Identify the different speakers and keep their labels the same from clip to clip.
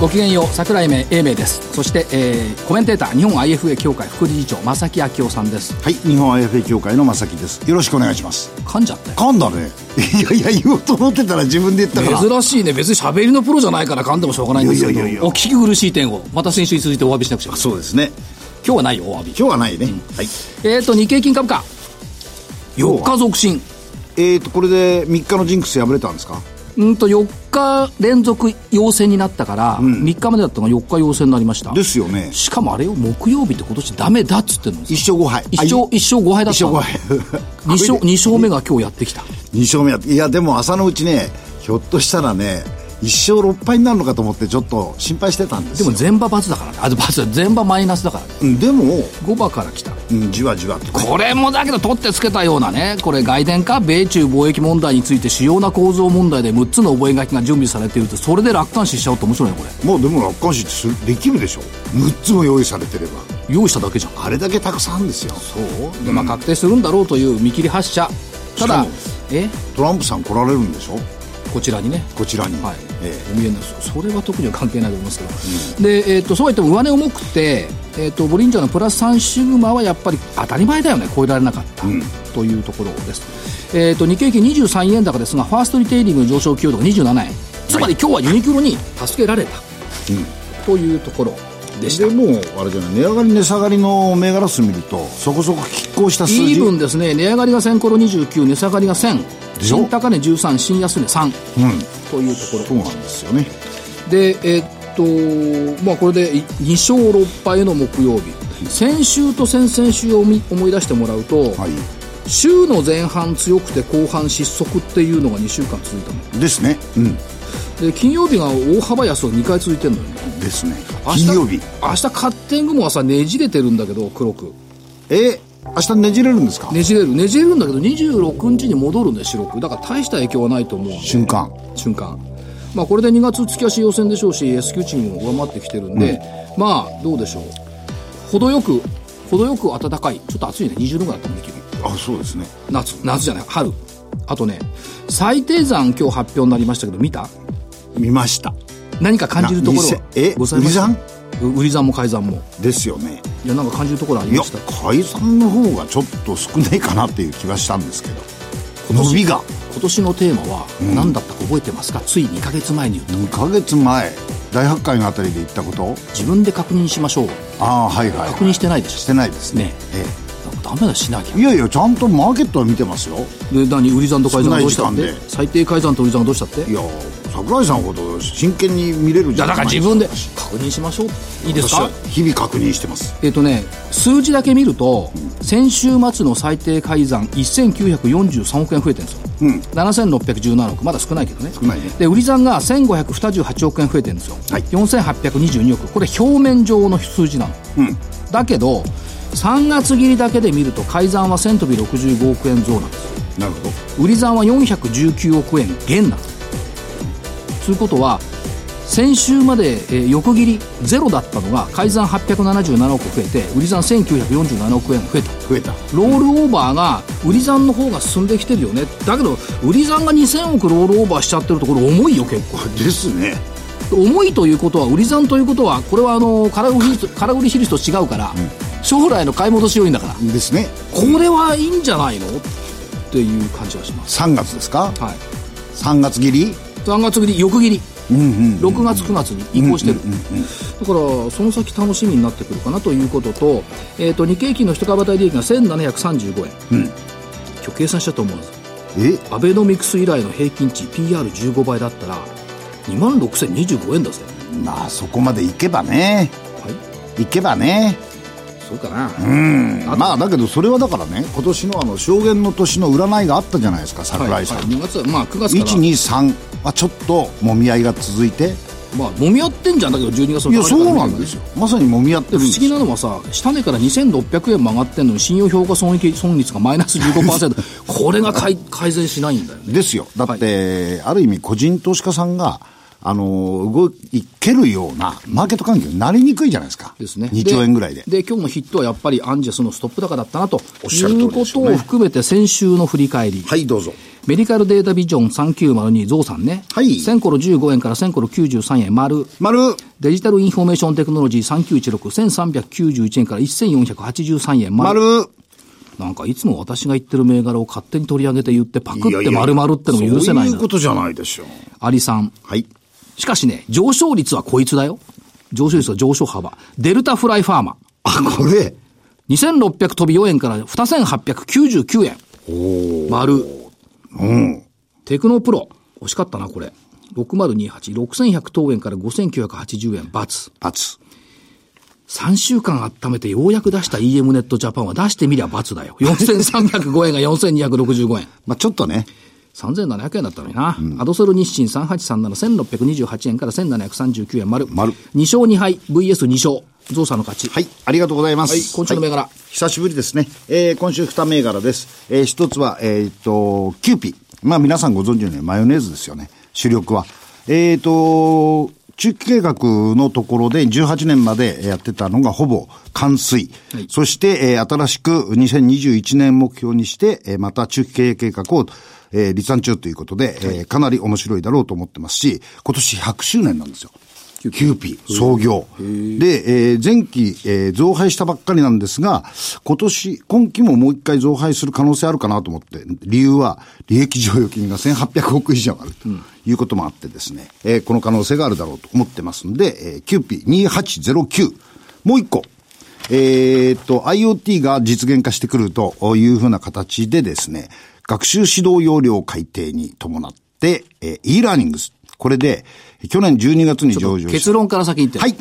Speaker 1: ごきげんよう桜井英明ですそして、えーコメンテーター日本 IFA 協会副理事長正木昭夫さんです
Speaker 2: はい、日本 IFA 協会の正木です。よろしくお願いします。
Speaker 1: 噛んじゃったよ
Speaker 2: 噛んだね。いやいや、言おうと思ってたら自分で言ったから。
Speaker 1: 珍しいね別に喋りのプロじゃないから噛んでもしょうがないんですけ
Speaker 2: い
Speaker 1: ど
Speaker 2: やいやいやいや
Speaker 1: お聞き苦しい点をまた先週に続いてお詫びしなくちゃいけない
Speaker 2: そうですね。
Speaker 1: 今日はないよお詫び
Speaker 2: 今日はないね。はい。
Speaker 1: えっ、と日経金株価
Speaker 2: 要
Speaker 1: 4
Speaker 2: は
Speaker 1: 日続伸
Speaker 2: えーと、これで3日のジンクス破れたんですか
Speaker 1: うんと4日連続陽性になったから、3日までだったのが4日陽性になりました
Speaker 2: ですよね。
Speaker 1: しかもあれよ木曜日って今年ダメだっつってんのに
Speaker 2: 一勝5敗。
Speaker 1: 一勝
Speaker 2: あい
Speaker 1: 一勝5敗だっ
Speaker 2: 一
Speaker 1: た
Speaker 2: 勝
Speaker 1: の
Speaker 2: 5敗。
Speaker 1: 2勝 二勝目が今日やってきた
Speaker 2: 2勝目やいや、でも朝のうちね、ひょっとしたらね、一勝6敗になるのかと思ってちょっと心配してたんです
Speaker 1: で
Speaker 2: よ。
Speaker 1: も全場罰だからねあ罰だ全場マイナスだからね
Speaker 2: うんでも、
Speaker 1: 5場から来た
Speaker 2: うん、じわじわと。
Speaker 1: これもだけど取ってつけたようなねこれ外伝か米中貿易問題について主要な構造問題で6つの覚書が準備されているとそれで楽観視しちゃうと面白いねこれ
Speaker 2: もうでも楽観視ってするできるでしょ。6つも用意されてれば。
Speaker 1: 用意しただけじゃん
Speaker 2: あれだけたくさんですよ。
Speaker 1: そうでまあ確定するんだろうという見切り発車ただ
Speaker 2: しかも
Speaker 1: え
Speaker 2: トランプさん来られるんでしょ
Speaker 1: こちらにね
Speaker 2: こちらに、
Speaker 1: はい
Speaker 2: え
Speaker 1: お見えになるそれは特には関係ないと思いますけど、で、えー、とそうは言っても上値重くて、えー、とボリンジャーのプラス3シグマはやっぱり当たり前だよね超えられなかった、というところです、えー、と日経平均23円高ですがファーストリテイリングの上昇給与が27円つまり今日はユニクロに助けられた、というところ
Speaker 2: え
Speaker 1: でした
Speaker 2: でもあれじゃない値上がり値下がりの銘柄数見るとそこそこ拮抗した数
Speaker 1: イ
Speaker 2: 字
Speaker 1: ーブンですね値上がりが1000コロ29値下がりが1000
Speaker 2: でしょ
Speaker 1: 新高値13新安値3
Speaker 2: うん
Speaker 1: というところ
Speaker 2: そうなんですよね
Speaker 1: でえーっとまあこれでい2勝6敗の木曜日先週と先々週をみ思い出してもらうと、
Speaker 2: はい
Speaker 1: 週の前半強くて後半失速っていうのが2週間続いたの
Speaker 2: ですねうん
Speaker 1: で金曜日が大幅安を2回続いてるのよね
Speaker 2: ですね
Speaker 1: 明日
Speaker 2: 金曜日
Speaker 1: 明日カッテングもはさねじれてるんだけど黒く
Speaker 2: え明日ねじれるんですか、
Speaker 1: ねじれるねじれるんだけど26日に戻るんで白くだから大した影響はないと思うの
Speaker 2: 瞬間
Speaker 1: 瞬間、まあ、これで2月月足予選でしょうし S q 値にも上回ってきてるんで、まあどうでしょう程よく程よく暖かいちょっと暑いね20度ぐらいあったもできる
Speaker 2: あそうですね
Speaker 1: 夏夏じゃない春あとね最低算今日発表になりましたけど見た
Speaker 2: 見ました
Speaker 1: 何か感じるところは
Speaker 2: な偽え
Speaker 1: ございました
Speaker 2: 売り
Speaker 1: う売り算も買い算も
Speaker 2: ですよね
Speaker 1: いやなんか感じるところあり
Speaker 2: いや
Speaker 1: ました
Speaker 2: 解散の方がちょっと少ないかなっていう気はしたんですけど伸びが
Speaker 1: 今年のテーマは何だったか覚えてますか、つい2ヶ月前に言った
Speaker 2: 2ヶ月前大発会のあたりで言ったこと
Speaker 1: 自分で確認しましょう
Speaker 2: ああはいはい、
Speaker 1: 確認してないで
Speaker 2: し
Speaker 1: して
Speaker 2: ないですね
Speaker 1: ね
Speaker 2: え
Speaker 1: ょなんかダメだしなきゃ
Speaker 2: えいやいやちゃんとマーケットは見てますよ
Speaker 1: で何売り算と改ざんがどうしたっ
Speaker 2: 少ない
Speaker 1: て
Speaker 2: 時間で
Speaker 1: 最低改ざんと売り算がどうしたって
Speaker 2: いや桜井さんほど真剣に見れる
Speaker 1: じ
Speaker 2: じ
Speaker 1: ゃあ
Speaker 2: ゃ
Speaker 1: だから
Speaker 2: ない
Speaker 1: 自分で確認しましょういいですか
Speaker 2: 私は日々確認してます
Speaker 1: えっ、とね数字だけ見ると先週末の最低改ざん1943億円増えてるんですよ、
Speaker 2: うん
Speaker 1: 7617億まだ少ないけどね
Speaker 2: 少ないね
Speaker 1: で売り算が1528億円増えてるんですよ、
Speaker 2: はい
Speaker 1: 4822億これ表面上の数字なの
Speaker 2: うん
Speaker 1: だけど3月切りだけで見ると改ざんは1000飛び65億円増なんですよ
Speaker 2: なるほど
Speaker 1: 売り算は419億円減なのということは先週まで、えー横切りゼロだったのが改ざん877億増えて売り算1947億円増えた
Speaker 2: 増えた
Speaker 1: ロールオーバーが売り算の方が進んできてるよねだけど売り算が2000億ロールオーバーしちゃってるところ重いよ結構
Speaker 2: ですね
Speaker 1: 重いということは売り算ということはこれはあのー空売り比率空売り比率と違うから、将来の買い戻し要因だから
Speaker 2: ですね
Speaker 1: これはいいんじゃないのっていう感じがします
Speaker 2: 3月ですか
Speaker 1: はい
Speaker 2: 3月切り
Speaker 1: 3月切り横切り
Speaker 2: うん
Speaker 1: 6月9月に移行してる、だからその先楽しみになってくるかなということと,、えー、と日経平均の一株当たり利益が1735円、
Speaker 2: うん
Speaker 1: 今日計算したと思うんです
Speaker 2: え
Speaker 1: アベノミクス以来の平均値 PR15 倍だったら2万6025円だぜ
Speaker 2: まあそこまで行けばね
Speaker 1: はい
Speaker 2: 行けばね
Speaker 1: そうかな、
Speaker 2: うんまあだけどそれはだからね今年のあの証言の年の占いがあったじゃないですか
Speaker 1: はい
Speaker 2: 桜井さん
Speaker 1: はい、2月はまあ9月から
Speaker 2: 123はちょっともみ合いが続いて
Speaker 1: まあ揉み合ってんじゃんだけど12月の
Speaker 2: いや、
Speaker 1: 高値か
Speaker 2: そ
Speaker 1: ら
Speaker 2: うなんですよ。まさに揉み合って
Speaker 1: で
Speaker 2: る
Speaker 1: 不
Speaker 2: んで
Speaker 1: 思
Speaker 2: す
Speaker 1: 議
Speaker 2: よ。
Speaker 1: なのはさ下値から2600円曲がってんのに信用評価損益損率がマイナス15%これが改改善しないんだよね
Speaker 2: ですよ。だって、ある意味個人投資家さんが、あの、動いけるようなマーケット環境になりにくいじゃないですか。
Speaker 1: ですね。
Speaker 2: 2兆円ぐらいで。
Speaker 1: で、今日のヒットはやっぱりアンジェスのストップ高だったなと。
Speaker 2: おっしゃる通り
Speaker 1: いうこ
Speaker 2: です
Speaker 1: と
Speaker 2: よね
Speaker 1: を含めて先週の振り返り。
Speaker 2: はい、どうぞ。
Speaker 1: メディカルデータビジョン3902ゾウさんね。
Speaker 2: はい
Speaker 1: 1000コロ15円から1000コロ93円丸。
Speaker 2: 丸。
Speaker 1: デジタルインフォメーションテクノロジー3916、1391円から1483円丸。
Speaker 2: 丸。
Speaker 1: なんかいつも私が言ってる銘柄を勝手に取り上げて言ってパク
Speaker 2: いや
Speaker 1: っ
Speaker 2: い
Speaker 1: て
Speaker 2: や
Speaker 1: 丸々ってのも許せない
Speaker 2: そう
Speaker 1: な
Speaker 2: いうこ。とじゃないでしょう。
Speaker 1: アリさん。
Speaker 2: はい。
Speaker 1: しかしね、上昇率はこいつだよ。上昇率は上昇幅。デルタフライファーマ。
Speaker 2: あ、これ。
Speaker 1: 2600飛び4円から2899円。丸。
Speaker 2: うん。
Speaker 1: テクノプロ。惜しかったな、これ。6028。6100等円から5980円。×。
Speaker 2: 罰。
Speaker 1: 3週間温めてようやく出した EM ネットジャパンは出してみりゃ×だよ。4305円が4265円。
Speaker 2: まあちょっとね。
Speaker 1: 3700円だったのにな。アドソル日清3837、1628円から1739円丸。
Speaker 2: 丸
Speaker 1: 2勝2敗、VS2 勝。増産の勝ち。
Speaker 2: はい、ありがとうございます。
Speaker 1: はい今週の銘柄
Speaker 2: はい久しぶりですね。えー、今週2銘柄です。えー、一つは、えーっと、キューピー。まあ皆さんご存知のようにマヨネーズですよね。主力は。えーっと、中期計画のところで18年までやってたのがほぼ完遂。そして、えー新しく2021年目標にして、えーまた中期経営計画を、えー立案中ということで、えーかなり面白いだろうと思ってますし、今年100周年なんですよ。キューピー、創業。で、えー前期、えー増配したばっかりなんですが、今年、今期ももう一回増配する可能性あるかなと思って、理由は、利益剰余金が1800億以上あるということもあってですね、えーこの可能性があるだろうと思ってますんで、えーキューピー2809、もう一個、えーっと、IoT が実現化してくるというふうな形でですね、学習指導要領改定に伴って、えー e ラーニングス。これで、去年12月に上場した。
Speaker 1: 結論から先言って。
Speaker 2: はい。。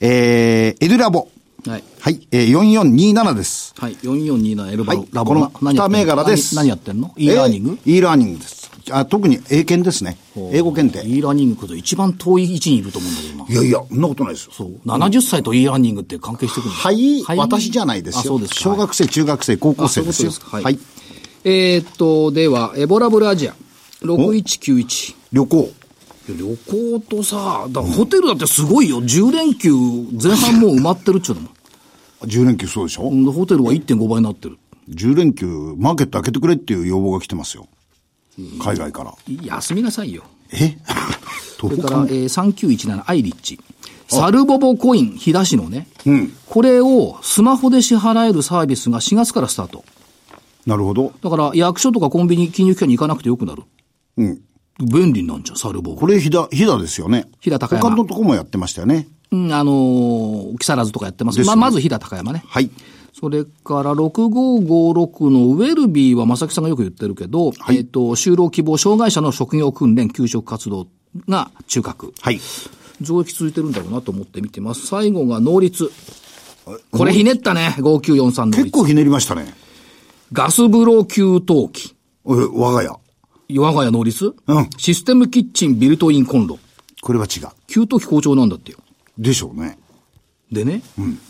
Speaker 2: えー、エドラボ。
Speaker 1: はい。
Speaker 2: はい。えー、4427です。
Speaker 1: はい。4427エルバ
Speaker 2: はい
Speaker 1: ロ。。ラボな
Speaker 2: この2銘柄です。
Speaker 1: 何やってんの何何やってんの ?e ラーニング
Speaker 2: えー ?e ラーニングです。あ特に英検ですね。英語検定。
Speaker 1: e ラーニングこそ一番遠い位置にいると思うんだけどな。
Speaker 2: いやいや、そんなことないですよ。
Speaker 1: そう。70歳と e ラーニングって関係してくるの
Speaker 2: はい、私じゃないですよ。
Speaker 1: あ、そうですか。
Speaker 2: 小学生、中学生、高校
Speaker 1: あそ
Speaker 2: 生
Speaker 1: ういうこと
Speaker 2: です
Speaker 1: で
Speaker 2: よ。
Speaker 1: すかはい。
Speaker 2: はい。
Speaker 1: えーっと、では、エボラブラジア。6191。
Speaker 2: 旅行。
Speaker 1: いや旅行とさ、だからホテルだってすごいよ。10連休前半もう埋まってるっちゅうのも。
Speaker 2: 10連休そうでしょ、
Speaker 1: うんホテルは1.5倍になってる。
Speaker 2: 10連休、マーケット開けてくれっていう要望が来てますよ。海外から。
Speaker 1: 休みなさいよ。
Speaker 2: え
Speaker 1: そ
Speaker 2: ど
Speaker 1: れ
Speaker 2: こ
Speaker 1: か、
Speaker 2: からな
Speaker 1: えー、3917アイリッチ。サルボボコイン、飛騨市のね。
Speaker 2: うん
Speaker 1: これをスマホで支払えるサービスが4月からスタート。
Speaker 2: なるほど。
Speaker 1: だから役所とかコンビニ、金融機関に行かなくてよくなる。
Speaker 2: うん。
Speaker 1: 便利なんじゃん、サルボボ
Speaker 2: こ。れ、ひだ、ひだですよね。
Speaker 1: 飛騨高山
Speaker 2: 他のとこもやってましたよね。
Speaker 1: うん、あのー、木更津とかやってます。
Speaker 2: ですね
Speaker 1: まあ、まず飛騨高山ね。
Speaker 2: はい。
Speaker 1: それから6556のウェルビーは正木さんがよく言ってるけど、えっ、と、就労希望障害者の職業訓練、給食活動が中核。
Speaker 2: はい。
Speaker 1: 増益続いてるんだろうなと思って見てます。最後が能率。これひねったね、5943能
Speaker 2: 結
Speaker 1: 率。
Speaker 2: 構ひねりましたね。
Speaker 1: ガス風呂給湯器。
Speaker 2: え、我が家。
Speaker 1: 我が家能率、
Speaker 2: うん
Speaker 1: システムキッチンビルトインコンロ。
Speaker 2: これは違う。
Speaker 1: 給湯器好調なんだってよ。
Speaker 2: でしょうね。
Speaker 1: でね、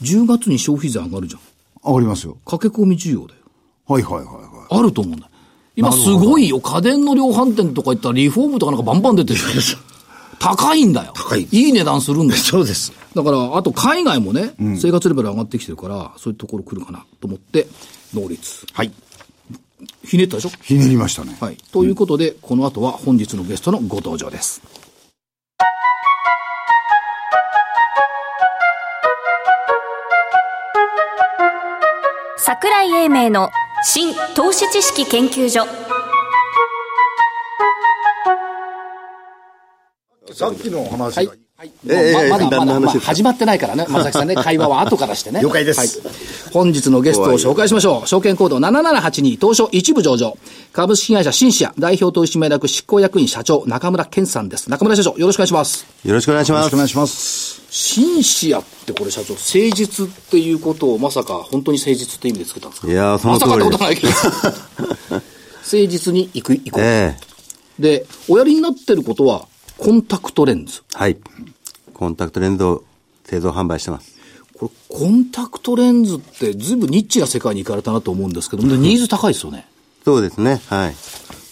Speaker 1: 10月に消費税上がるじゃん。
Speaker 2: あありますよ。
Speaker 1: 駆け込み需要だよ。
Speaker 2: はいはいはいは
Speaker 1: あると思うんだよ。今すごいよ。家電の量販店とか行ったらリフォームとかなんかバンバン出 てるよ。高いんだよ。
Speaker 2: 高い
Speaker 1: いい値段するんだ
Speaker 2: い。
Speaker 1: よ。
Speaker 2: そうです。
Speaker 1: だから、あと海外もね、生活レベル上がってきてるから、そういうところ来るかなと思って、能率。
Speaker 2: はい。
Speaker 1: ひねったでしょ
Speaker 2: ひねりましたね。
Speaker 1: はい。ということで、この後は本日のゲストのご登場です。
Speaker 3: 桜井英明の新投資知識研究所
Speaker 2: さっきの話が、
Speaker 1: えま
Speaker 4: え
Speaker 1: ま
Speaker 4: え
Speaker 1: だ
Speaker 4: え
Speaker 1: まだ、
Speaker 4: 何
Speaker 1: ま
Speaker 4: の話
Speaker 1: あ、
Speaker 4: ですか
Speaker 1: 始まってないからね、正木 さんね、会話は後からしてね。
Speaker 4: 了解です
Speaker 1: はい。本日のゲストを紹介しましょう。証券コード7782、東証一部上場、株式会社新社、代表取締役執行役員社長、中村健さんです。中村社長、よろしくお願いします。
Speaker 4: よろしくお願いし
Speaker 2: よろし
Speaker 4: ま
Speaker 2: く
Speaker 4: す
Speaker 2: お。願いします。
Speaker 1: 新社ってこれ社長、誠実っていうことをまさか本当に誠実って意味で作ったんですか
Speaker 4: いやーその通り
Speaker 1: まさかってことないけど。 誠実に行く、行こう。
Speaker 4: ええ
Speaker 1: で、おやりになってることは、コンタクトレンズ。
Speaker 4: はい。コンタクトレンズを製造販売してます。
Speaker 1: これ、コンタクトレンズって、ずいぶんニッチな世界に行かれたなと思うんですけども、でニーズ高いですよね。
Speaker 4: そうですね。はい。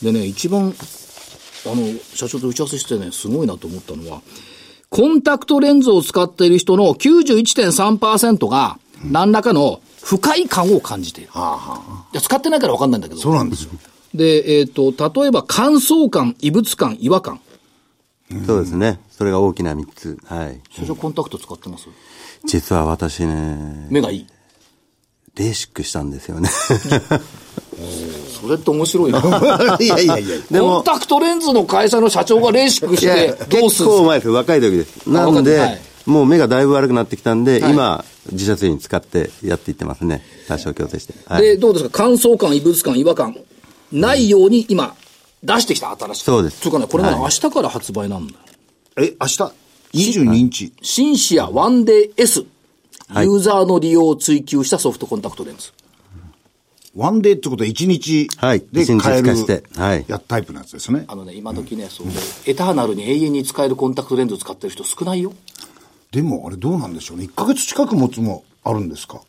Speaker 1: でね、一番、あの、社長と打ち合わせしてね、すごいなと思ったのは、コンタクトレンズを使っている人の91.3%が、何らかの不快感を感じている。いや使ってないから分かんないんだけど。
Speaker 2: そうなん ですよ。
Speaker 1: で、えっ、と、例えば乾燥感、異物感、違和感。
Speaker 4: そうですね。それが大きな3つ。はい。
Speaker 1: 社長コンタクト使ってます
Speaker 4: 実は私ね、
Speaker 1: 目がいい。
Speaker 4: レーシックしたんですよね。
Speaker 1: それって面白い な。
Speaker 4: いやいやい や。で
Speaker 1: コン
Speaker 4: も、
Speaker 1: タクトレンズの会社の社長がレーシックし
Speaker 4: いや
Speaker 1: て、どうす
Speaker 4: 結
Speaker 1: るんですか
Speaker 4: 構前です。若い時です。なんで、
Speaker 1: 若い時はい
Speaker 4: もう目がだいぶ悪くなってきたんで、
Speaker 1: はい
Speaker 4: 今、自社製品使ってやっていってますね。多少矯正して。はい、
Speaker 1: で、どうですか乾燥感、異物感、違和感。ないように今、出してきた新しい。
Speaker 4: そうです
Speaker 1: というかね、これが
Speaker 4: はい
Speaker 1: 明日から発売なんだよ。
Speaker 2: え、明日、22日。
Speaker 1: シンシアワンデー S。
Speaker 4: い
Speaker 1: ユーザーの利用を追求したソフトコンタクトレンズ。
Speaker 2: ワンデーってことは1日
Speaker 4: はい
Speaker 2: で
Speaker 4: 一日
Speaker 2: 買え
Speaker 4: 使い捨
Speaker 2: る
Speaker 4: てはい
Speaker 2: やタイプのやつですね
Speaker 1: あ。のね、今時ね、そうねエターナルに永遠に使えるコンタクトレンズを使ってる人少ないよ。
Speaker 2: でもあれどうなんでしょうね。1ヶ月近く持つもあるんですか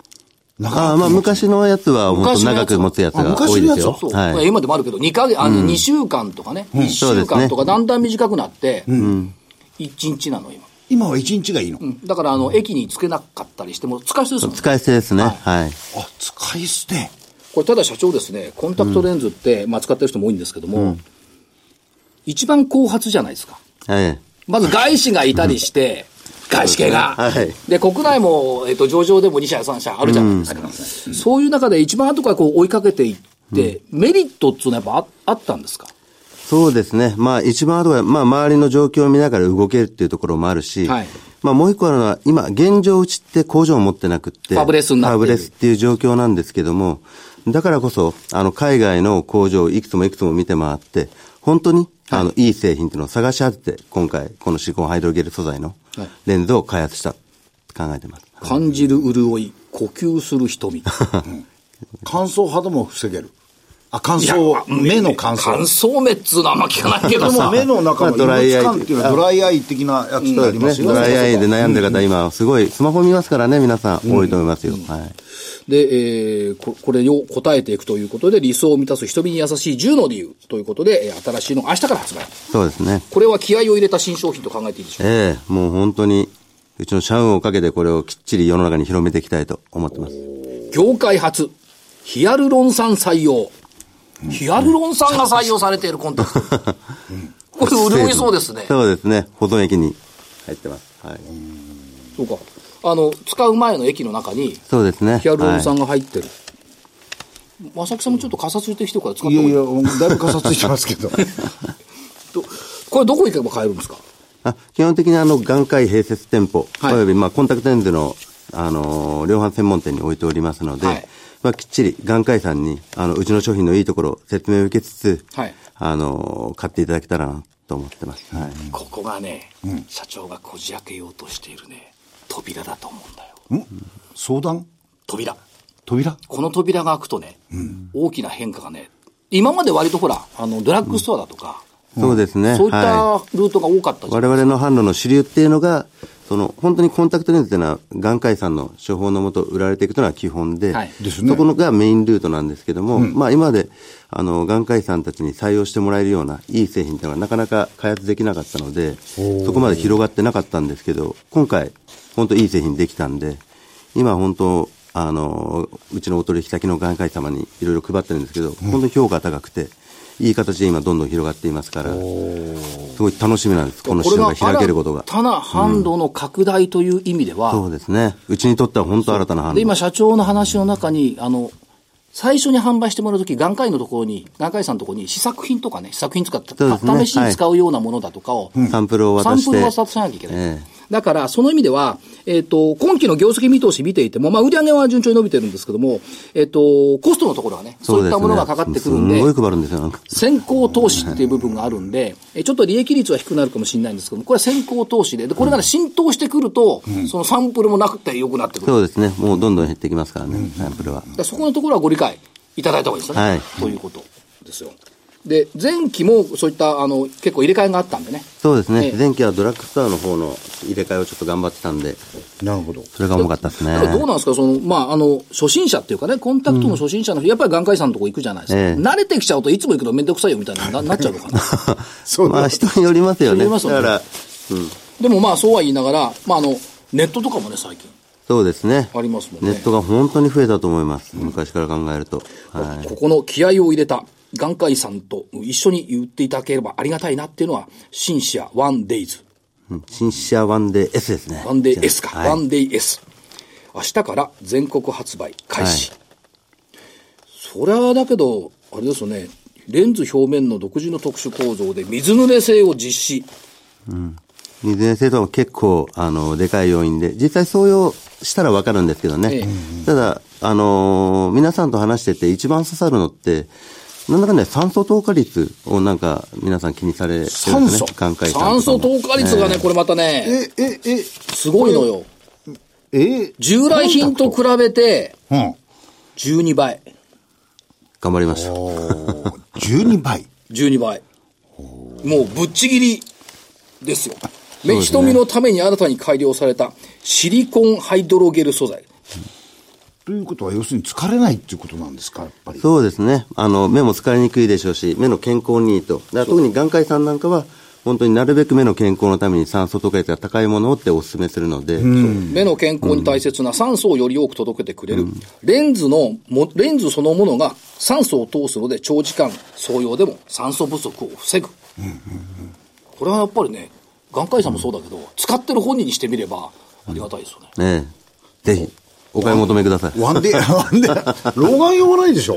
Speaker 2: な
Speaker 4: ああ、まあ昔のやつは本当長く持つやつが多いですよ
Speaker 2: 昔。
Speaker 1: そう、
Speaker 4: は
Speaker 1: まあ
Speaker 4: い。
Speaker 1: 今でもあるけど、2か月、あの、2週間とかね、1
Speaker 4: そう
Speaker 1: 週
Speaker 4: です
Speaker 1: 間
Speaker 4: ね
Speaker 1: とか、だんだん短くなって、1日なの、今。
Speaker 2: 今は1日がいいの。
Speaker 1: だから、あの、駅につけなかったりしても、使い捨てですもんね
Speaker 4: 使い捨てですね。はい。
Speaker 2: あ、使い捨て。
Speaker 1: これ、ただ社長ですね、コンタクトレンズって、まあ、使ってる人も多いんですけども、一番後発じゃないですか。
Speaker 4: はい。
Speaker 1: まず外資がいたりして、外資系が、
Speaker 4: はい
Speaker 1: で、国内も、えっと、上場でも2社、3社あるじゃないですか。そういう中で一番後からこう追いかけていって、メリットっていうのはやっぱああったんですか
Speaker 4: そうですね。まあ一番後は、まあ周りの状況を見ながら動けるっていうところもあるし、
Speaker 1: はい
Speaker 4: まあもう一個あるのは、今、現状うちって工場を持ってなくって、
Speaker 1: ファブレスになってる
Speaker 4: ファブレスっていう状況なんですけども、だからこそ、あの、海外の工場をいくつもいくつも見て回って、本当に、あの、いい製品っていうのを探し当てて、今回、このシリコンハイドロゲル素材のレンズを開発したと考えてます。
Speaker 1: 感じる潤い、呼吸する瞳。
Speaker 2: 乾燥肌も防げる。あ、乾燥、目の乾
Speaker 1: 乾
Speaker 2: 燥。
Speaker 1: 燥目っつうのはあんま聞かないけ
Speaker 2: で
Speaker 1: ど
Speaker 2: も
Speaker 1: さ。
Speaker 2: 目の中の
Speaker 4: まあドライアイ
Speaker 2: 異物感っていうのはドライアイ的なやつってありますよ
Speaker 4: ドライアイで
Speaker 2: ね。
Speaker 4: 悩んでる方、今、すごい、スマホ見ますからね、皆さん、多いと思いますよ。はい。
Speaker 1: で、えーこ、これを答えていくということで、理想を満たす瞳に優しい10の理由ということで、えー新しいの、明日から発売。
Speaker 4: そうですね。
Speaker 1: これは気合を入れた新商品と考えていいでしょうか
Speaker 4: ええもう本当に、うちの社運をかけてこれをきっちり世の中に広めていきたいと思ってます。
Speaker 1: 業界初、ヒアルロン酸採用。ヒアルロン酸が採用されているコンタク ト。これ潤いそうですね。
Speaker 4: そうですね。保存液に入ってます。はい。
Speaker 1: そうか。あの、使う前の液の中に、
Speaker 4: そうですね。
Speaker 1: ヒアルロン酸
Speaker 4: はい
Speaker 1: が入ってる。まさきさんもちょっとカサついてる人から使っ
Speaker 2: い
Speaker 1: た
Speaker 2: や
Speaker 1: 方が
Speaker 2: い
Speaker 1: いい
Speaker 2: や、だいぶかさついてますけど。
Speaker 1: とこれどこ行けば買えるんですか
Speaker 4: あ基本的にあの、眼科医併設店舗、
Speaker 1: はい
Speaker 4: およびまあ、コンタクトレンズの、あのー量販専門店に置いておりますので、
Speaker 1: はい
Speaker 4: まあ、きっちり眼科医さんに、あの、うちの商品のいいところを説明を受けつつ、
Speaker 1: はい
Speaker 4: あのー買っていただけたらなと思ってます。はい。
Speaker 1: ここがね、社長がこじ開けようとしているね、扉だと思うんだよ。
Speaker 2: 相談
Speaker 1: 扉。
Speaker 2: 扉
Speaker 1: この扉が開くとね、大きな変化がね、今まで割とほら、あの、ドラッグストアだとか、
Speaker 4: そうですね。
Speaker 1: そういった
Speaker 4: はい
Speaker 1: ルートが多かったじゃん。
Speaker 4: 我々の販路の主流っていうのが、その、本当にコンタクトレンズっていうのは、眼科医さんの処方のもと売られていくというのは基本で、
Speaker 1: はい
Speaker 2: ですね
Speaker 4: そこのがメインルートなんですけども、まあ今まで、あの、眼科医さんたちに採用してもらえるような、いい製品っていうのはなかなか開発できなかったので、そこまで広がってなかったんですけど、今回、本当いい製品できたんで、今本当、あの、うちのお取引先の眼科医様にいろいろ配ってるんですけど、本当に評価高くて、いい形で今どんどん広がっていますから、すごい楽しみなんです、この市場が開けることが
Speaker 1: こ。れが新たな販路の拡大という意味では、
Speaker 4: そうですね。うちにとっては本当新たな
Speaker 1: で
Speaker 4: 販
Speaker 1: 今、
Speaker 4: 路。
Speaker 1: 社長の話の中に、あの、最初に販売してもらうとき、眼科医のところに、眼科医さんのところに試作品とかね、試作品使って、
Speaker 4: そうですね
Speaker 1: 試しに使うようなものだとかを、
Speaker 4: サンプルを
Speaker 1: サ
Speaker 4: 渡
Speaker 1: ン
Speaker 4: して。
Speaker 1: プルを渡さなきゃいけない。
Speaker 4: え
Speaker 1: だから、その意味では、えっ、と、今期の業績見通し見ていても、まあ、売り上げは順調に伸びてるんですけども、えっ、と、コストのところはね、そういったものがかかってくるんで、
Speaker 4: すごい配るんですよ、なんか。
Speaker 1: 先行投資っていう部分があるんで、えちょっと利益率は低くなるかもしれないんですけども、これは先行投資で、でこれがね浸透してくると、そのサンプルもなくて良くなってくる。
Speaker 4: そうですね。もうどんどん減ってきますからね、サンプル
Speaker 1: だ
Speaker 4: は。
Speaker 1: からそこのところはご理解いただいた方がいいですよね。
Speaker 4: はい
Speaker 1: ということですよ。で、前期もそういった、あの、結構入れ替えがあったんでね。
Speaker 4: そうですね
Speaker 1: ええ。
Speaker 4: 前期はドラッグストアの方の入れ替えをちょっと頑張ってたんで、
Speaker 2: なるほど。
Speaker 4: それが重かったですね。
Speaker 1: だからどうなんですか、その、まあ、あの、初心者っていうかね、コンタクトの初心者の人、やっぱり眼科医さんのとこ行くじゃないですか。
Speaker 4: ええ
Speaker 1: 慣れてきちゃうといつも行くとめんどくさいよみたいな ななっちゃうのかな。
Speaker 2: そう
Speaker 4: まあ人によりますよ
Speaker 1: 人に
Speaker 4: ね。
Speaker 1: よりますよね
Speaker 4: だから、うん、
Speaker 1: でもまあ、そうは言いながら、まあ、あの、ネットとかもね、最近。
Speaker 4: そうですね。
Speaker 1: ありますもんね
Speaker 4: ネットが本当に増えたと思います。昔から考えると。はい。
Speaker 1: ここの気合を入れた眼科医さんと一緒に言っていただければありがたいなっていうのは、シンシアワンデイズ。
Speaker 4: うん新車ワンデー S ですね。
Speaker 1: ワンデイ S か。
Speaker 4: はい
Speaker 1: ワンデイ S。明日から全国発売開始。そりゃあだけど、あれですよね、レンズ表面の独自の特殊構造で水濡れ性を実施。
Speaker 4: いずれにせよ結構、あの、でかい要因で、実際そう用したらわかるんですけどね。
Speaker 1: え
Speaker 4: ただ、あのー皆さんと話してて一番刺さるのって、なんだかね、酸素透過率をなんか、皆さん気にされてるんですね。
Speaker 1: 酸素。
Speaker 4: 眼科医さんとか
Speaker 1: 酸
Speaker 4: も
Speaker 1: 素透過率がね、これまたね、
Speaker 2: え、え、え、
Speaker 1: すごいのよ。
Speaker 2: え、
Speaker 1: 従来品と比べて
Speaker 2: うん。
Speaker 1: 12倍。
Speaker 4: 頑張りました。
Speaker 2: 12倍。
Speaker 1: 12倍。もうぶっちぎりですよ。目
Speaker 4: そうですね
Speaker 1: 瞳のために新たに改良されたシリコンハイドロゲル素材。
Speaker 2: ということは、要するに疲れないっていうことなんですか、やっぱり。
Speaker 4: そうですね。あの、目も疲れにくいでしょうし、目の健康にいいと。だから特に眼科医さんなんかは、本当になるべく目の健康のために酸素透過率が高いものをってお勧めするので、
Speaker 1: 目の健康に大切な酸素をより多く届けてくれる。レンズのも、レンズそのものが酸素を通すので長時間相用でも酸素不足を防ぐ。これはやっぱりね、眼科医さんもそうだけど、使ってる本人にしてみればありがたいですよね。
Speaker 4: ねえ、ぜひ、お買い求めください。
Speaker 2: ワンデー、ワンデー、老眼用はないでしょ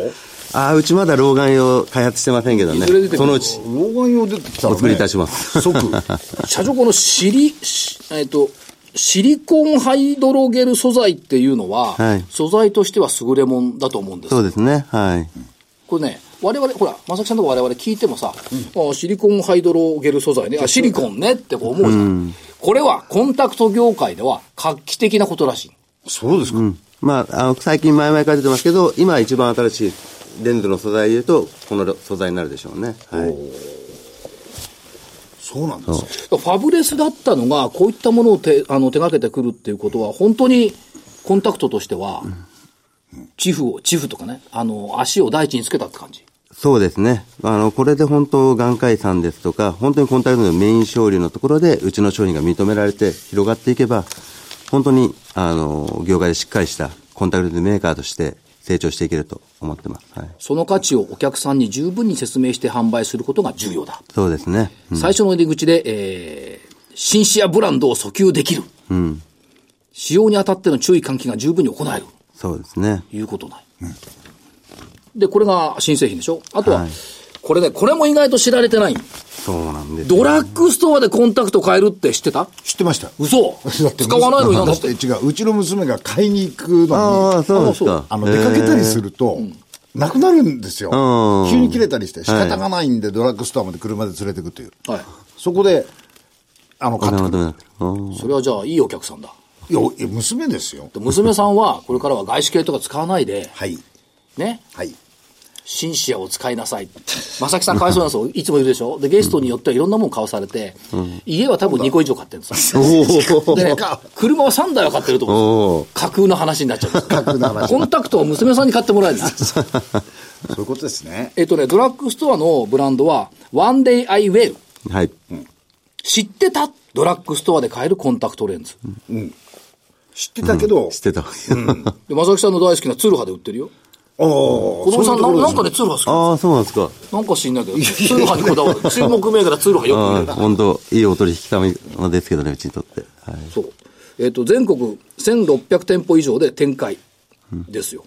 Speaker 4: ああ、うちまだ老眼用開発してませんけど
Speaker 1: い
Speaker 4: ね
Speaker 1: ずれ出てく。る
Speaker 4: そのうち、
Speaker 2: 老眼用出てきたら、ね。
Speaker 4: お作りいたします。
Speaker 2: 即。
Speaker 1: 社長、このシリ、しえっ、と、シリコンハイドロゲル素材っていうのは、
Speaker 4: はい
Speaker 1: 素材としては優れもんだと思うんです。
Speaker 4: そうですね。はい。
Speaker 1: これね、我々、ほら、まさきさんとか我々聞いてもさ、あシリコンハイドロゲル素材ね、あシリコンねってこう思うじゃん。これはコンタクト業界では画期的なことらしい。
Speaker 2: そうですか。
Speaker 4: まあ、あの、最近前々から出てますけど、今一番新しいレンズの素材で言うと、この素材になるでしょうね。はい。
Speaker 2: そうなんですよ。
Speaker 1: ファブレスだったのが、こういったものを手あの手掛けてくるっていうことは、本当にコンタクトとしては、チフを、チフとかね、あの、足を第一につけたって感じ。
Speaker 4: そうですね。あの、これで本当、眼科医さんですとか、本当にコンタクトのメイン省流のところで、うちの商品が認められて広がっていけば、本当に、あの、業界でしっかりしたコンタクトメーカーとして成長していけると思ってます。はい。
Speaker 1: その価値をお客さんに十分に説明して販売することが重要だ。
Speaker 4: そうですね。
Speaker 1: 最初の入り口で、えー、シンシアブランドを訴求できる。使用にあたっての注意喚起が十分に行える。
Speaker 4: そうですね。
Speaker 1: いうことない。で、これが新製品でしょあとは、
Speaker 4: はい
Speaker 1: これね、これも意外と知られてない。
Speaker 4: そうなんです。
Speaker 1: ドラッグストアでコンタクト買えるって知ってた
Speaker 2: 知ってましたよ。
Speaker 1: 嘘使
Speaker 2: だって
Speaker 1: わないのになんだ
Speaker 2: だ
Speaker 1: っ
Speaker 2: って
Speaker 1: て。
Speaker 2: 違う。うちの娘が買いに行くの
Speaker 4: ああ、
Speaker 2: に、
Speaker 4: そうですか。
Speaker 2: あの、出かけたりす
Speaker 4: る。
Speaker 2: ると、なくなるんですよ
Speaker 4: う。ん
Speaker 2: 急に切れたりして、仕方がないんで、ドラッグストアまで車で連れてくという。
Speaker 1: はい。
Speaker 2: そこで、あの、買って
Speaker 4: な
Speaker 2: く
Speaker 4: る
Speaker 2: る。
Speaker 4: ほど。
Speaker 1: それはじゃあ、いいお客さんだ。
Speaker 2: いやいや、娘ですよ。
Speaker 1: で娘さんは、これからは外資系とか使わないで、
Speaker 2: はい。
Speaker 1: ね、
Speaker 2: はい。
Speaker 1: シンシアを使いなさい。まさきさんかわいそうなんですよ。いつもいるでしょで、ゲストによってはいろんなもん買わされて、家は多分2個以上買ってるんですよ。
Speaker 4: お
Speaker 1: で
Speaker 2: でか、
Speaker 1: 車は3台は買ってると
Speaker 4: お。
Speaker 1: 思うんですよ
Speaker 4: お
Speaker 1: 架
Speaker 4: お。
Speaker 1: 空の話になっちゃうんです
Speaker 2: 架空の話
Speaker 1: コンタクトを娘さんに買ってもらえるんです。
Speaker 2: そういうことですね。
Speaker 1: えっとね、ドラッグストアのブランドは、ワンデイアイウェル。
Speaker 4: はい。
Speaker 1: 知ってたドラッグストアで買えるコンタクトレンズ。
Speaker 2: 知ってたけど、
Speaker 4: 知ってた。
Speaker 1: で、まさきさんの大好きなツールハで売ってるよ。
Speaker 2: ああ、
Speaker 1: 子供さ
Speaker 2: そういうんと
Speaker 1: な
Speaker 2: ころ
Speaker 1: ん
Speaker 2: で
Speaker 1: な
Speaker 2: す
Speaker 1: んかね、ツールハ好
Speaker 4: ああ、そうなんですか。
Speaker 1: き。なんか知ん ないけど、ツールハにこだわる。注目銘柄ツールハよく見
Speaker 4: あ
Speaker 1: る
Speaker 4: あ、。本当いいお取引様ですけどね、うちにとって。はい。
Speaker 1: そう。えっ、と、全国1600店舗以上で展開ですよ。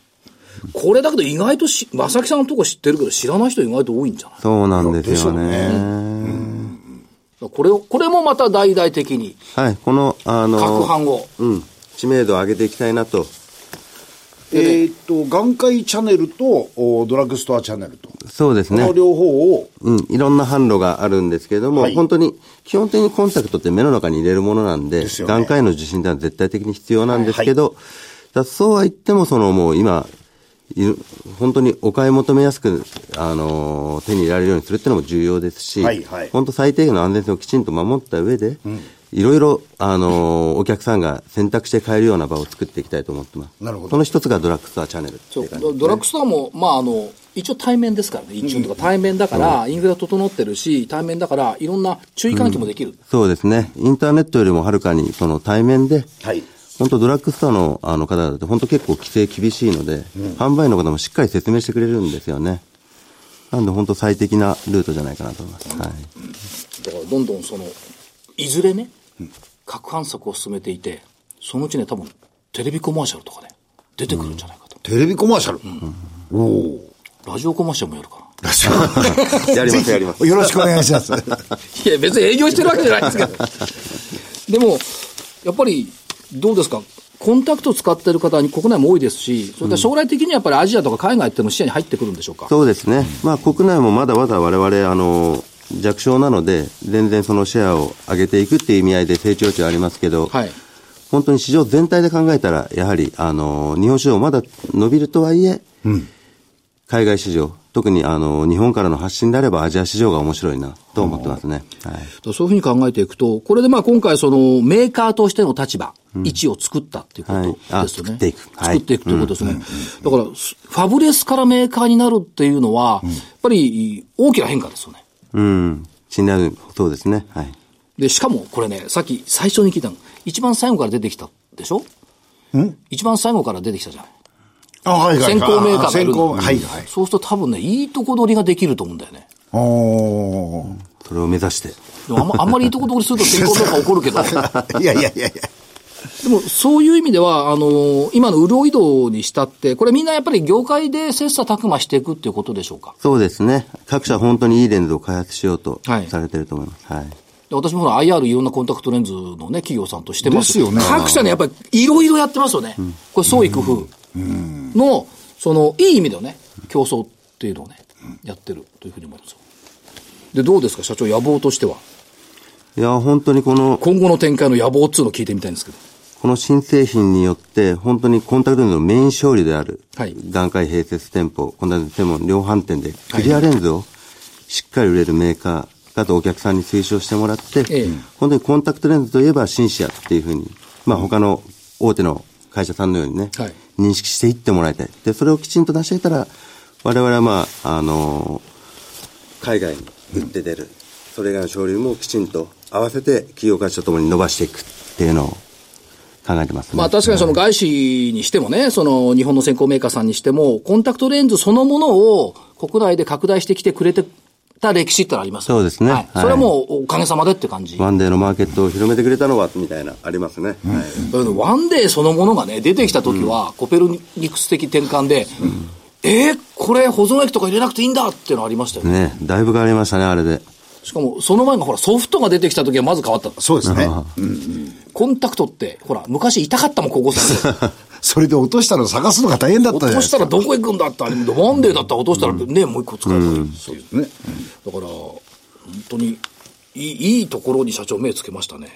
Speaker 1: これだけど意外とし、まさきさんのとこ知ってるけど、知らない人意外と多いんじゃない
Speaker 4: そうなんですよね。
Speaker 2: でし
Speaker 1: これを、これもまた大々的に、
Speaker 4: はい、この、あの、
Speaker 1: 各版を。
Speaker 4: うん、知名度を上げていきたいなと。
Speaker 2: えーっと、眼科医チャンネルとおドラッグストアチャンネルと。
Speaker 4: そうです
Speaker 2: こ
Speaker 4: ね
Speaker 2: の。両方を、
Speaker 4: うん、いろんな販路があるんですけれども、
Speaker 2: はい
Speaker 4: 本当に、基本的にコンタクトって目の中に入れるものなんで、
Speaker 2: ですよね
Speaker 4: 眼科医の受診では絶対的に必要なんですけど、だそうは言っても、そのもう今、い本当にお買い求めやすく、あのー手に入れられるようにするっていうのも重要ですし、
Speaker 2: はいはい
Speaker 4: 本当最低限の安全性をきちんと守った上で、いろいろ、あのーお客さんが選択して買えるような場を作っていきたいと思ってます。
Speaker 2: なるほど
Speaker 4: その一つがドラッグストアチャンネルって
Speaker 1: そ
Speaker 4: いうう感じ
Speaker 1: ドラッグストアも、まあ、あの一応対面ですからね、一応とか対面だから、インフラ整ってるし、対面だから、いろんな注意喚起もできる、
Speaker 4: そうですね。インターネットよりもはるかに、その対面で、
Speaker 2: はい。
Speaker 4: 本当ドラッグストアのあの方々って本当結構規制厳しいので、販売員の方もしっかり説明してくれるんですよね。なんで本当最適なルートじゃないかなと思います。はい。
Speaker 1: だからどんどんその、いずれね、核反則を進めていて、そのうちね、多分テレビコマーシャルとかね、出てくるんじゃないかと、
Speaker 2: テレビコマーシャル。おお。
Speaker 1: ラジオコマーシャルもやるから。
Speaker 4: やりますやります
Speaker 2: ぜひよろしくお願いします。
Speaker 1: いや、別に営業してるわけじゃないです けど。でも、やっぱり、どうですかコンタクト使ってる方に国内も多いですし、それから将来的にはやっぱりアジアとか海外っていうのも視野に入ってくるんでしょうか
Speaker 4: そうですね。まあ国内もまだまだ我々、あの、弱小なので、全然そのシェアを上げていくっていう意味合いで成長値はありますけど、
Speaker 1: はい。
Speaker 4: 本当に市場全体で考えたら、やはり、あの、日本市場まだ伸びるとはいえ、海外市場、特にあの、日本からの発信であればアジア市場が面白いなと思ってますね。はい。
Speaker 1: そういうふうに考えていくと、これでまあ今回そのメーカーとしての立場、位置を作ったっていうこと
Speaker 4: はいあ
Speaker 1: ですよね。
Speaker 4: 作っていくはい
Speaker 1: 作っていくということですね。だから、ファブレスからメーカーになるっていうのは、やっぱり大きな変化ですよね。
Speaker 4: うん。信頼度、そうですね。はい。
Speaker 1: で、しかもこれね、さっき最初に聞いたの。一番最後から出てきたでしょ一番最後から出てきたじゃない。
Speaker 2: あ、はいはい。
Speaker 1: 先行メーカーがい
Speaker 2: 先
Speaker 1: る
Speaker 2: 行、
Speaker 1: の
Speaker 2: はいはい。
Speaker 1: そうすると多分ね、いいとこ取りができると思うんだよ ね。
Speaker 2: おー
Speaker 4: それを目指して。
Speaker 1: でもあんまあんまりいいとこ取りすると先行メーカー怒る けど。
Speaker 2: いやいやいやいや。
Speaker 1: でも、そういう意味では、あの、今の潤い道にしたって、これみんなやっぱり業界で切磋琢磨していくっていうことでしょうか。
Speaker 4: そうですね。各社本当にいいレンズを開発しようと
Speaker 1: はい
Speaker 4: されてると思います。はい。
Speaker 1: で私もほら IR いろんなコンタクトレンズのね、企業さんとしてますけど
Speaker 2: ですよね
Speaker 1: 各社ね、やっぱりいろいろやってますよね。これ、創意工夫の、その、いい意味でのね、競争っていうのをね、やってるというふうに思いますよ。で、どうですか、社長、野望としては。
Speaker 4: いや、本当にこの、
Speaker 1: 今後の展開の野望っつうのを聞いてみたいんですけど。
Speaker 4: この新製品によって、本当にコンタクトレンズのメイン勝利である、
Speaker 1: はい
Speaker 4: 眼科医併設店舗、コンタクトレンズ専門量販店で、クリアレンズをしっかり売れるメーカーだとお客さんに推奨してもらって、
Speaker 1: ええ
Speaker 4: 本当にコンタクトレンズといえばシンシアっていうふうに、まあ他の大手の会社さんのようにね、
Speaker 1: はい
Speaker 4: 認識していってもらいたい。で、それをきちんと出していたら、我々はまあ、あの海外に売って出る、それ以外の省流もきちんと合わせて企業価値とともに伸ばしていくっていうのを考えてますね。
Speaker 1: まあ確かにその外資にしてもね、その日本の先行メーカーさんにしても、コンタクトレンズそのものを国内で拡大してきてくれてた歴史ってのはありますよ
Speaker 4: そうですね
Speaker 1: はい。
Speaker 4: はい
Speaker 1: それはもうおかげさまでって感じ。
Speaker 4: ワンデーのマーケットを広めてくれたのは、みたいな、ありますね。はい
Speaker 1: だけどワンデーそのものがね、出てきた時は、コペルニクス的転換で、えー、これ保存液とか入れなくていいんだっていうのありましたよね。
Speaker 4: ねだいぶ変わりましたね、あれで。
Speaker 1: しかも、その前のほら、ソフトが出てきた時はまず変わった。
Speaker 2: そうですね。
Speaker 1: コンタクトって、ほら、昔痛かったもん、高校生の時。
Speaker 2: それで落としたの探すのが大変だったじ
Speaker 1: 落
Speaker 2: ゃ
Speaker 1: と
Speaker 2: ないで
Speaker 1: し
Speaker 2: す
Speaker 1: た
Speaker 2: か。
Speaker 1: らどこ行くんだって、あれワンデーだったら落としたらね、もう一個使えばいいっていう。
Speaker 2: ね。
Speaker 1: だから、本当にいいいいところに社長、目つけましたね、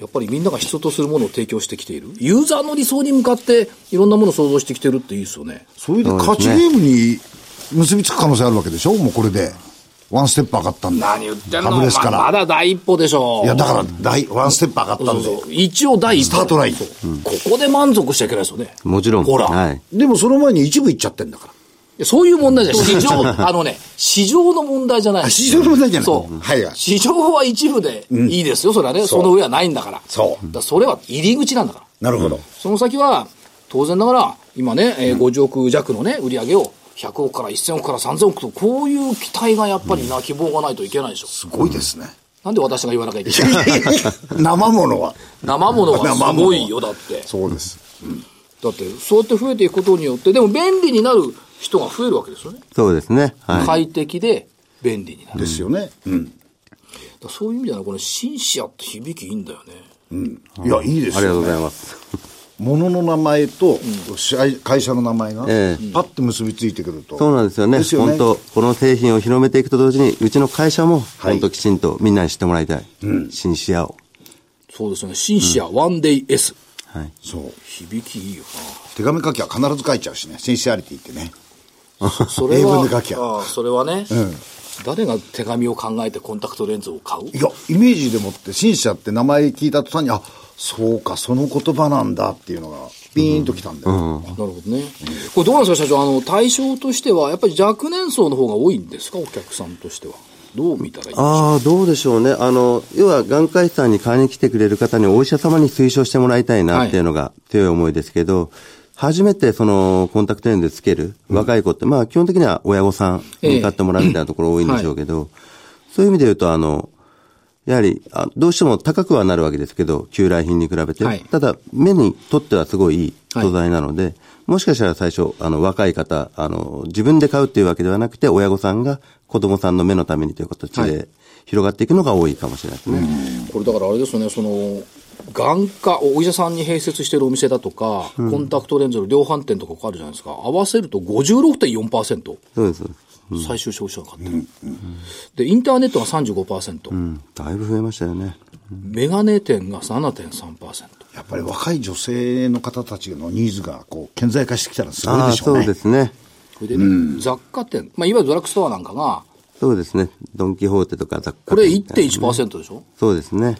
Speaker 1: やっぱりみんなが必要とするものを提供してきている、ユーザーの理想に向かって、いろんなものを想像してきてるっていいですよね。
Speaker 2: それで勝ちゲームに結びつく可能性あるわけでしょもうこれで。ワンステップ上がったんだ。
Speaker 1: 何言ってんの、
Speaker 2: ハブレスか
Speaker 1: まあまだ
Speaker 2: ら。
Speaker 1: 第一歩でしょう。
Speaker 2: いや、だから、第ワンステップ上がった
Speaker 1: そう
Speaker 2: んで。
Speaker 1: そう一応第一
Speaker 2: スタートライン
Speaker 1: そうここで満足しちゃいけないですよね。
Speaker 4: もちろん。
Speaker 1: ほら。
Speaker 4: はいい。
Speaker 2: でもその前に一部行っちゃってんだから。
Speaker 1: やそういう問題じゃない。市 場、あのね、市場の問題じゃない。
Speaker 2: あ市場の問題じゃない
Speaker 1: そう。
Speaker 2: はいはい
Speaker 1: 市場は一部でいいですよ、それはね。
Speaker 2: そう
Speaker 1: その上はないんだから。
Speaker 2: そう
Speaker 1: だからそれは入り口なんだから。
Speaker 2: なるほど。
Speaker 1: その先は、当然ながら、今ね、えー50億弱のね、売り上げを、100億から1000億から3000億と、こういう期待がやっぱりな、希望がないといけないでしょ。
Speaker 2: すごいですね。
Speaker 1: なんで私が言わなきゃいけない
Speaker 2: 生ものは。
Speaker 1: 生ものがすごいよ、だ
Speaker 2: 生
Speaker 1: って。
Speaker 2: そうです。
Speaker 1: だって、そうやって増えていくことによって、でも便利になる人が増えるわけですよね。
Speaker 4: そうですね。はい。
Speaker 1: 快適で便利になる。
Speaker 2: ですよね。うん。
Speaker 1: だからそういう意味ではね、このシンシアって響きいいんだよね。
Speaker 2: いや、いいです
Speaker 4: ありが
Speaker 2: よ
Speaker 4: とうござ
Speaker 2: ね。
Speaker 4: います。
Speaker 2: 物の名前と、しあい会社の名前が、パ
Speaker 4: ええ
Speaker 2: ッと結びついてくると。
Speaker 4: そうなんですよね。
Speaker 2: ですよね
Speaker 4: 本当この製品を広めていくと同時に、うちの会社も、
Speaker 2: はい
Speaker 4: 本当きちんとみんなに知ってもらいたい。新視野を。
Speaker 1: そうですよね。シンシア、ワンデイ S。
Speaker 4: はい。
Speaker 2: そう。
Speaker 1: 響きいいよ
Speaker 2: 手紙書きは必ず書いちゃうしね。センシアリティってね。
Speaker 1: それは
Speaker 2: 英文で書きゃ
Speaker 1: ああそれはね、
Speaker 2: ん
Speaker 1: 誰が手紙を考えてコンタクトレンズを買う
Speaker 2: いや、イメージでもって、新社って名前聞いた途端に、あ、そうか、その言葉なんだっていうのが、ピーンときたんだよ。
Speaker 1: なるほどね。これどうなんですか、社長。あの、対象としては、やっぱり若年層の方が多いんですか、お客さんとしては。どう見たらいいあ
Speaker 4: ああ、どうでしょうね。あの、要は、眼科医さんに買いに来てくれる方にお医者様に推奨してもらいたいなっていうのが強い思いですけど、初めてそのコンタクトレンズつける若い子って、まあ基本的には親御さんに買ってもらうみたいなところ多いんでしょうけど、そういう意味で言うと、あの、やはりあどうしても高くはなるわけですけど、旧来品に比べて、
Speaker 1: はい
Speaker 4: ただ目にとってはすごいいい素材なので、もしかしたら最初、あの若い方あの、自分で買うっていうわけではなくて、親御さんが子供さんの目のためにという形で広がっていくのが多いかもしれないですね。
Speaker 1: これだからあれですよね、その、眼科、お医者さんに併設してるお店だとか、コンタクトレンズの量販店とかあるじゃないですか。合わせると56.4%、
Speaker 4: そうですそうです、
Speaker 1: 最終消費者が買ってる、で、インターネットが35%、
Speaker 4: うん。だいぶ増えましたよね。
Speaker 1: メガネ店が7.3%。
Speaker 2: やっぱり若い女性の方たちのニーズが、こう、顕在化してきたらすごい
Speaker 4: ああ
Speaker 2: でしょう
Speaker 4: そう
Speaker 2: ね。
Speaker 4: ですね。
Speaker 1: それでね、雑貨店、まあ、いわゆるドラッグストアなんかが、
Speaker 4: そうですね。ドン・キホーテとか雑貨
Speaker 1: これ
Speaker 4: 店みたいな
Speaker 1: 1.1%でしょ、
Speaker 4: そうですね。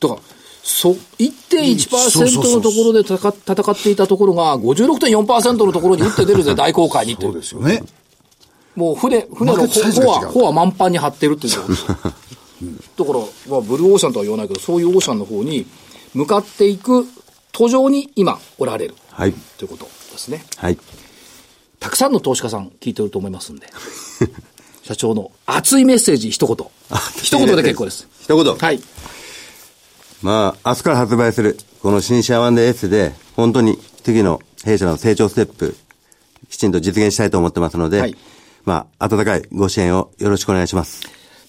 Speaker 1: だから、そ、
Speaker 2: そうそう
Speaker 1: 1.1%
Speaker 2: そ
Speaker 1: の
Speaker 2: うそ
Speaker 1: と
Speaker 2: う
Speaker 1: ころで戦戦っていたところが、56.4%のところに打って出る ぜ、大航海にってい
Speaker 2: そう
Speaker 1: う。
Speaker 2: ですよね。
Speaker 1: もう船、船の
Speaker 2: マーケットサイズ
Speaker 1: フォア、
Speaker 2: が違う
Speaker 1: フォア満帆に張ってるっていう 状況だから、まあ、ブルーオーシャンとは言わないけど、そういうオーシャンの方に向かっていく途上に今、おられる。
Speaker 4: はい。
Speaker 1: ということですね。
Speaker 4: はい。
Speaker 1: たくさんの投資家さん聞いてると思いますんで。社長の熱いメッセージ一言。一言で結構です。
Speaker 4: 一言。
Speaker 1: はい。
Speaker 4: まあ、明日から発売する、この新車ワンデー S で、本当に次の弊社の成長ステップ、きちんと実現したいと思ってますので、
Speaker 1: はい
Speaker 4: まあ、温かいご支援をよろしくお願いします。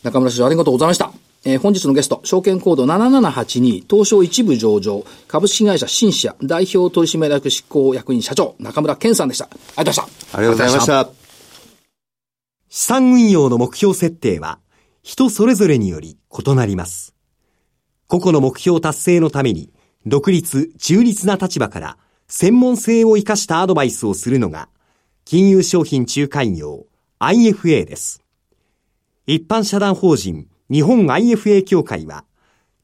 Speaker 1: 中村社長ありがとうございました。えー本日のゲスト、証券コード7782、東証一部上場、株式会社新社、代表取締役執行役員社長、中村健さんでした。ありがとうございました。
Speaker 4: ありがとうございました。
Speaker 5: 資産運用の目標設定は人それぞれにより異なります。個々の目標達成のために独立、中立な立場から専門性を生かしたアドバイスをするのが金融商品仲介業 IFA です。一般社団法人日本 IFA 協会は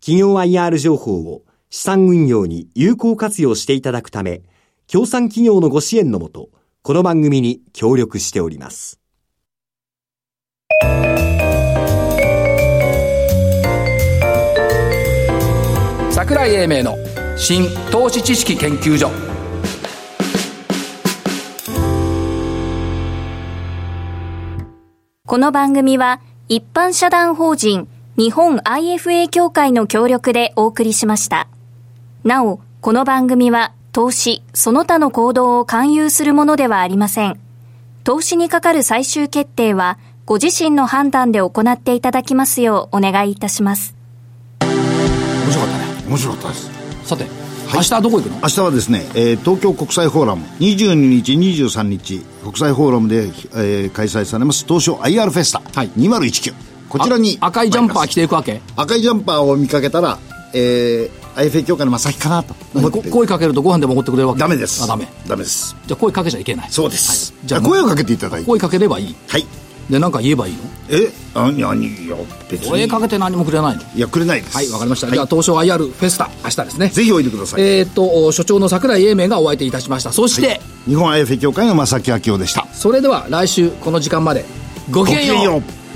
Speaker 5: 企業 IR 情報を資産運用に有効活用していただくため、協賛企業のご支援のもと、この番組に協力しております。
Speaker 1: 桜井英明の新投資知識研究所
Speaker 3: この番組は一般社団法人日本 IFA 協会の協力でお送りしました。なお、この番組は投資、その他の行動を勧誘するものではありません。投資にかかる最終決定はご自身の判断で行っていただきますようお願いいたします。
Speaker 1: 面白かったね
Speaker 2: 面白かったです。
Speaker 1: さて、明日はどこ行くの
Speaker 2: 明日はですね、えー東京国際フォーラム22日23日国際フォーラムで、えー開催されます東証 IR フェスタ
Speaker 1: はい
Speaker 2: 2019、こちらに
Speaker 1: あ赤いジャンパー着
Speaker 2: 来
Speaker 1: ていくわけ
Speaker 2: 赤いジャンパーを見かけたら、えー、IFA 協会の正木かなと
Speaker 1: お前こ声かけるとご飯でも持ってくれるわけ
Speaker 2: ダメです
Speaker 1: あダメ
Speaker 2: ダメです
Speaker 1: じゃあ声かけちゃいけない
Speaker 2: そうです、
Speaker 1: はいじ
Speaker 2: じ
Speaker 1: ゃ
Speaker 2: ゃ
Speaker 1: あ
Speaker 2: あ
Speaker 1: 声
Speaker 2: 声をかけていただいて
Speaker 1: 声かければいい
Speaker 2: はい
Speaker 1: で何か言えばいいの
Speaker 2: えあにあにいや別に
Speaker 1: 声かけて何もくれないの
Speaker 2: いやくれないです
Speaker 1: はいわかりました、じゃあ
Speaker 2: はい
Speaker 1: 東証 IR フェスタ明日ですね
Speaker 2: ぜひおいでください、
Speaker 1: えっ、と所長の桜井英明がお相手いたしましたそして、
Speaker 2: 日本 IFA 協会の正木明夫でした
Speaker 1: それでは来週この時間までごき
Speaker 2: ご
Speaker 1: げんよう
Speaker 2: う